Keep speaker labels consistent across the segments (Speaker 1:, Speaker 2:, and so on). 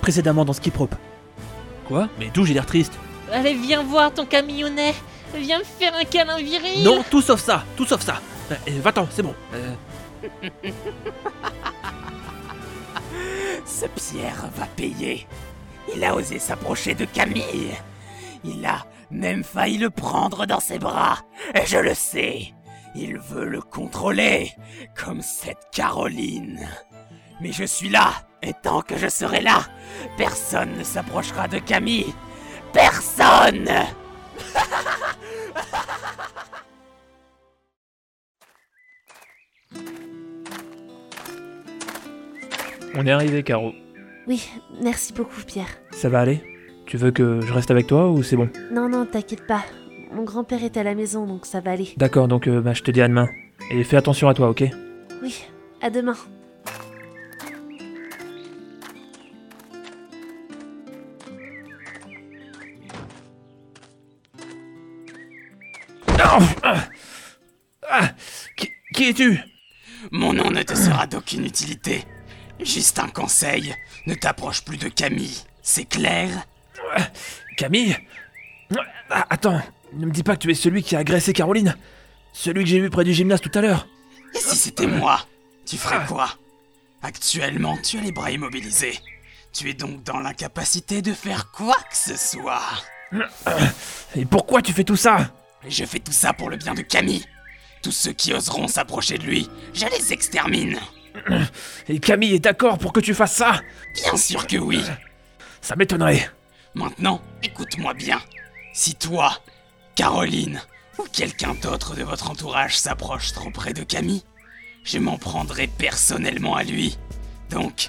Speaker 1: précédemment dans Skip-Rope. Quoi Mais d'où j'ai l'air triste
Speaker 2: Allez, viens voir ton camionnet. Viens me faire un câlin viril.
Speaker 1: Non, tout sauf ça, tout sauf ça. Euh,
Speaker 3: eh,
Speaker 1: euh, Va-t'en, c'est bon. Euh,
Speaker 4: Ce Pierre va payer. Il a osé s'approcher de Camille. Il a même failli le prendre dans ses bras. Et je le sais. Il veut le contrôler, comme cette Caroline. Mais je suis là, et tant que je serai là, personne ne s'approchera de Camille. Personne
Speaker 3: On est arrivé, Caro.
Speaker 5: Oui, merci beaucoup, Pierre.
Speaker 3: Ça va aller Tu veux que je reste avec toi ou c'est bon
Speaker 5: Non, non, t'inquiète pas. Mon grand-père est à la maison, donc ça va aller.
Speaker 3: D'accord, donc euh, bah, je te dis à demain. Et fais attention à toi, ok
Speaker 5: Oui, à demain.
Speaker 1: Ah Qui, qui es-tu
Speaker 4: Mon nom ne te sera d'aucune utilité. Juste un conseil, ne t'approche plus de Camille. C'est clair
Speaker 1: Camille Ah, Attends, ne me dis pas que tu es celui qui a agressé Caroline Celui que j'ai vu près du gymnase tout à l'heure
Speaker 4: Et si c'était moi, tu ferais quoi Actuellement, tu as les bras immobilisés. Tu es donc dans l'incapacité de faire quoi que ce soit.
Speaker 1: Et pourquoi tu fais tout ça
Speaker 4: Je fais tout ça pour le bien de Camille. Tous ceux qui oseront s'approcher de lui, je les extermine.
Speaker 1: Et Camille est d'accord pour que tu fasses ça
Speaker 4: Bien sûr que oui.
Speaker 1: Ça m'étonnerait.
Speaker 4: Maintenant, écoute-moi bien. Si toi, Caroline, ou quelqu'un d'autre de votre entourage s'approche trop près de Camille, je m'en prendrai personnellement à lui. Donc,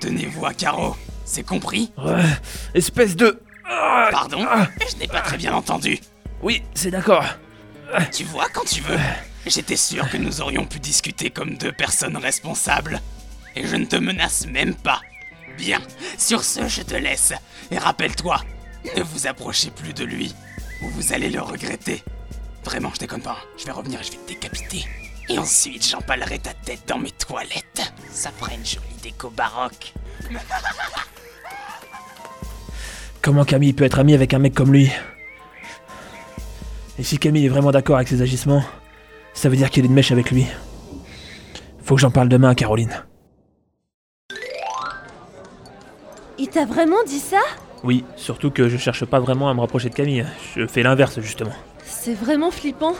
Speaker 4: tenez-vous à Caro, c'est compris
Speaker 1: Ouais, espèce de... Ah,
Speaker 4: Pardon
Speaker 1: ah,
Speaker 4: Je n'ai pas très bien entendu.
Speaker 1: Oui, c'est d'accord.
Speaker 4: Tu vois quand tu veux. J'étais sûr que nous aurions pu discuter comme deux personnes responsables. Et je ne te menace même pas. Bien, sur ce, je te laisse. Et rappelle-toi, ne vous approchez plus de lui, ou vous allez le regretter. Vraiment, je déconne pas. hein. Je vais revenir et je vais te décapiter. Et ensuite, j'empalerai ta tête dans mes toilettes. Ça fera une jolie déco baroque.
Speaker 1: Comment Camille peut être amie avec un mec comme lui Et si Camille est vraiment d'accord avec ses agissements, ça veut dire qu'il est de mèche avec lui. Faut que j'en parle demain à Caroline.
Speaker 5: Il t'a vraiment dit ça
Speaker 3: Oui, surtout que je cherche pas vraiment à me rapprocher de Camille. Je fais l'inverse, justement.
Speaker 5: C'est vraiment flippant.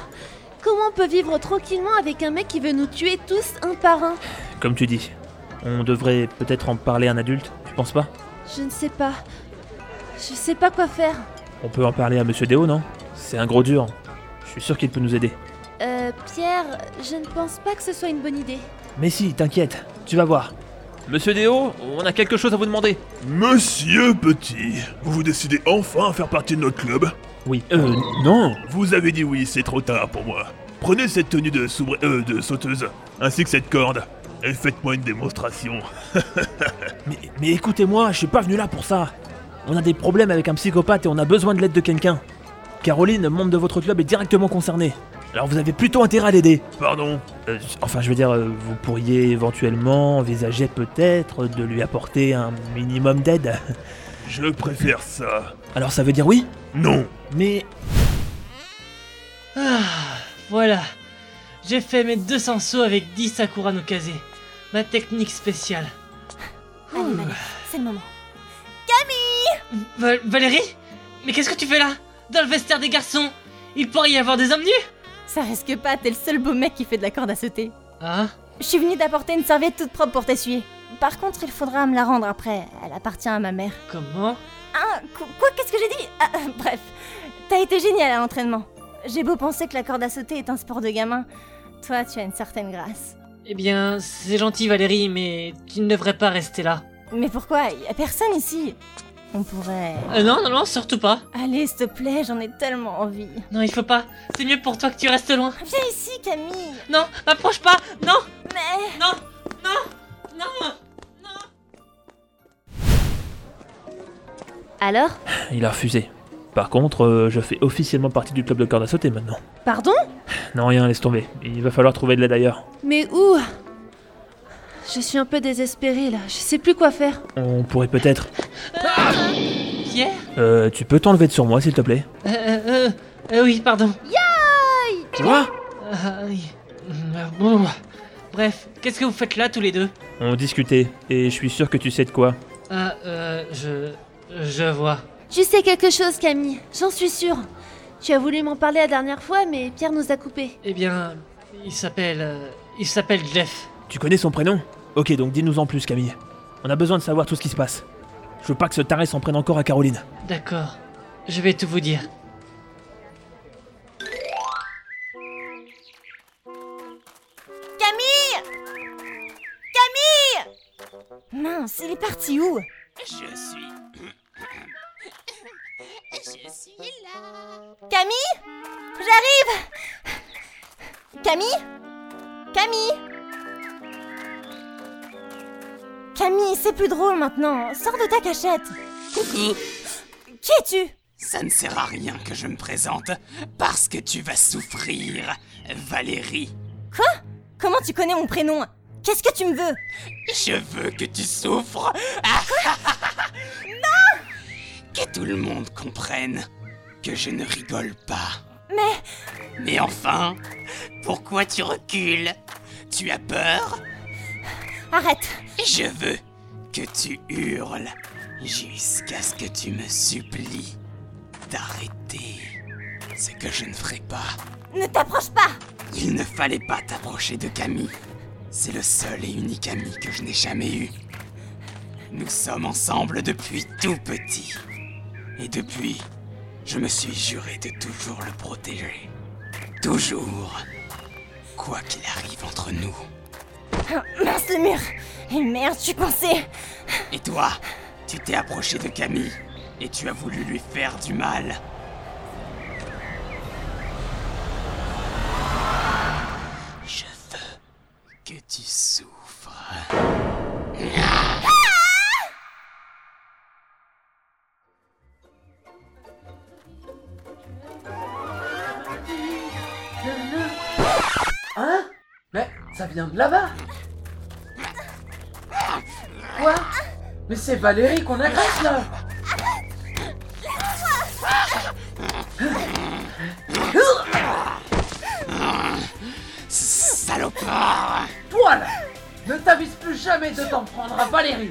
Speaker 5: Comment on peut vivre tranquillement avec un mec qui veut nous tuer tous un par un
Speaker 3: Comme tu dis. On devrait peut-être en parler à un adulte, tu penses pas
Speaker 5: Je ne sais pas. Je sais pas quoi faire.
Speaker 3: On peut en parler à Monsieur Déo, non C'est un gros dur. Je suis sûr qu'il peut nous aider.
Speaker 5: Euh, Pierre, je ne pense pas que ce soit une bonne idée.
Speaker 3: Mais si, t'inquiète, tu vas voir. Monsieur Déo, on a quelque chose à vous demander.
Speaker 6: Monsieur Petit, vous vous décidez enfin à faire partie de notre club
Speaker 3: Oui. Euh, non
Speaker 6: Vous avez dit oui, c'est trop tard pour moi. Prenez cette tenue de, sobre- euh, de sauteuse, ainsi que cette corde, et faites-moi une démonstration.
Speaker 3: Mais, mais écoutez-moi, je suis pas venu là pour ça. On a des problèmes avec un psychopathe et on a besoin de l'aide de quelqu'un. Caroline, membre de votre club, est directement concernée. Alors vous avez plutôt intérêt à l'aider.
Speaker 6: Pardon,
Speaker 3: Euh, enfin, je veux dire, euh, vous pourriez éventuellement envisager peut-être de lui apporter un minimum d'aide.
Speaker 6: je préfère ça.
Speaker 3: Alors ça veut dire oui
Speaker 6: Non,
Speaker 3: Mais
Speaker 7: Ah, voilà. J'ai fait mes 200 sauts avec 10 Sakura no Kaze. Ma technique spéciale.
Speaker 8: Allez, Malef, c'est le moment.
Speaker 7: Va- Valérie Mais qu'est-ce que tu fais là Dans le vestiaire des garçons Il pourrait y avoir des hommes nus
Speaker 8: Ça risque pas, t'es le seul beau mec qui fait de la corde à sauter.
Speaker 7: Ah
Speaker 8: Je suis venue t'apporter une serviette toute propre pour t'essuyer. Par contre, il faudra me la rendre après. Elle appartient à ma mère.
Speaker 7: Comment
Speaker 8: Ah, qu- quoi Qu'est-ce que j'ai dit Ah, euh, Bref, t'as été génial à l'entraînement. J'ai beau penser que la corde à sauter est un sport de gamin. Toi, tu as une certaine grâce.
Speaker 7: Eh bien, c'est gentil Valérie, mais tu ne devrais pas rester là.
Speaker 8: Mais pourquoi Y a personne ici. On pourrait.
Speaker 7: Euh, non, non, non, surtout pas.
Speaker 8: Allez, s'il te plaît, j'en ai tellement envie.
Speaker 7: Non, il faut pas. C'est mieux pour toi que tu restes loin.
Speaker 8: Viens ici, Camille.
Speaker 7: Non, m'approche pas Non
Speaker 8: Mais
Speaker 7: Non Non Non
Speaker 5: Alors
Speaker 3: il a refusé. Par contre, euh, je fais officiellement partie du club de corde à sauter maintenant.
Speaker 5: Pardon
Speaker 3: Non, rien, laisse tomber. Il va falloir trouver de l'aide ailleurs.
Speaker 5: Mais où Je suis un peu désespérée là, je sais plus quoi faire.
Speaker 3: On pourrait peut-être.
Speaker 7: Pierre
Speaker 3: Euh, tu peux t'enlever de sur moi, s'il te plaît
Speaker 7: euh, euh, euh, oui, pardon.
Speaker 3: Tu vois
Speaker 7: Ah, oui. Euh, Bon. Bref, qu'est-ce que vous faites là tous les deux
Speaker 3: On discutait, et je suis sûr que tu sais de quoi.
Speaker 7: Ah, euh, je. Je vois.
Speaker 5: Tu sais quelque chose, Camille, j'en suis sûre. Tu as voulu m'en parler la dernière fois, mais Pierre nous a coupés.
Speaker 7: Eh bien, il s'appelle. euh, il s'appelle Jeff.
Speaker 3: Tu connais son prénom Ok, donc dis-nous en plus, Camille. On a besoin de savoir tout ce qui se passe. Je veux pas que ce taré s'en prenne encore à Caroline.
Speaker 7: D'accord. Je vais tout vous dire.
Speaker 8: Mince, il est parti où
Speaker 4: Je suis. Je suis
Speaker 8: Camille J'arrive Camille Camille Camille, c'est plus drôle maintenant. Sors de ta cachette.
Speaker 4: coucou.
Speaker 8: Qui es-tu
Speaker 4: Ça ne sert à rien que je me présente parce que tu vas souffrir, Valérie.
Speaker 8: Comment tu connais mon prénom Qu'est-ce que tu me veux
Speaker 4: Je veux que tu souffres. non Que tout le monde comprenne que je ne rigole pas.
Speaker 8: Mais
Speaker 4: Mais enfin, pourquoi tu recules Tu as peur
Speaker 8: arrête.
Speaker 4: Je veux que tu hurles jusqu'à ce que tu me supplies d'arrêter. Ce que je ne ferai pas.
Speaker 8: Ne t'approche pas.
Speaker 4: Il ne fallait pas t'approcher de Camille. C'est le seul et unique ami que je n'ai jamais eu. Nous sommes ensemble depuis tout petit. Et depuis, je me suis juré de toujours le protéger. Toujours. Quoi qu'il arrive entre nous.
Speaker 8: Mince le mur. Et merde, je suis coincée.
Speaker 4: Et toi, tu t'es approché de Camille et tu as voulu lui faire du mal. Je veux que tu souffres.
Speaker 9: Mais ça vient de là-bas Quoi Mais c'est Valérie qu'on agresse là
Speaker 4: Salopard
Speaker 9: Poil Ne t'avise plus jamais de t'en prendre à Valérie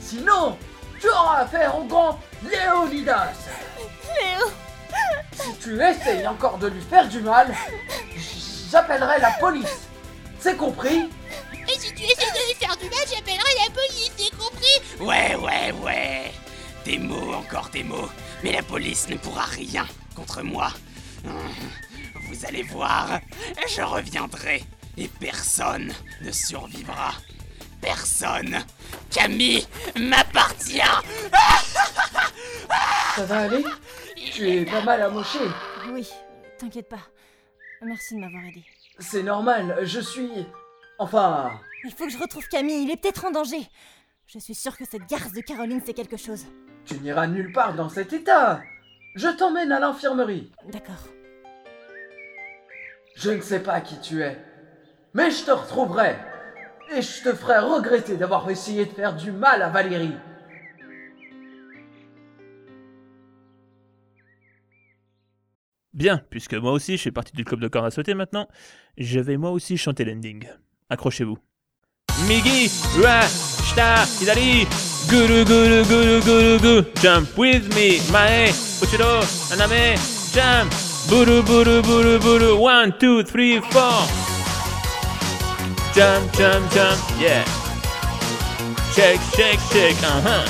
Speaker 9: Sinon, tu auras affaire au grand Léonidas
Speaker 8: Léo.
Speaker 9: Si tu essayes encore de lui faire du mal, j- j'appellerai la police C'est compris
Speaker 10: Et si tu essaies de lui faire du mal, j'appellerai la police, t'es compris
Speaker 4: Ouais, ouais, ouais Des mots, encore des mots. Mais la police ne pourra rien contre moi. Hum, Vous allez voir, je reviendrai. Et personne ne survivra. Personne. Camille m'appartient.
Speaker 9: Ça va aller Tu es pas mal amoché
Speaker 8: Oui, t'inquiète pas. Merci de m'avoir aidé.
Speaker 9: C'est normal, je suis... Enfin...
Speaker 8: Il faut que je retrouve Camille, il est peut-être en danger. Je suis sûre que cette garce de Caroline c'est quelque chose.
Speaker 9: Tu n'iras nulle part dans cet état Je t'emmène à l'infirmerie
Speaker 8: D'accord.
Speaker 9: Je ne sais pas qui tu es, mais je te retrouverai Et je te ferai regretter d'avoir essayé de faire du mal à Valérie
Speaker 3: Bien, puisque moi aussi je suis parti du club de corps à sauter maintenant, je vais moi aussi chanter l'ending. Accrochez-vous. Migi, Rua, Shta, Hidari, Guru Guru Guru Guru Guru, Jump with me, Mae, Uchiro, Aname, Jump, Buru Buru Buru Buru, 1, 2, 3, 4. Jump, jump, jump, yeah. Shake, shake, shake, uh-huh.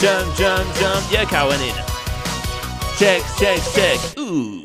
Speaker 3: Jump, jump, jump, yeah, Kawanina. Check, check, check. Ooh.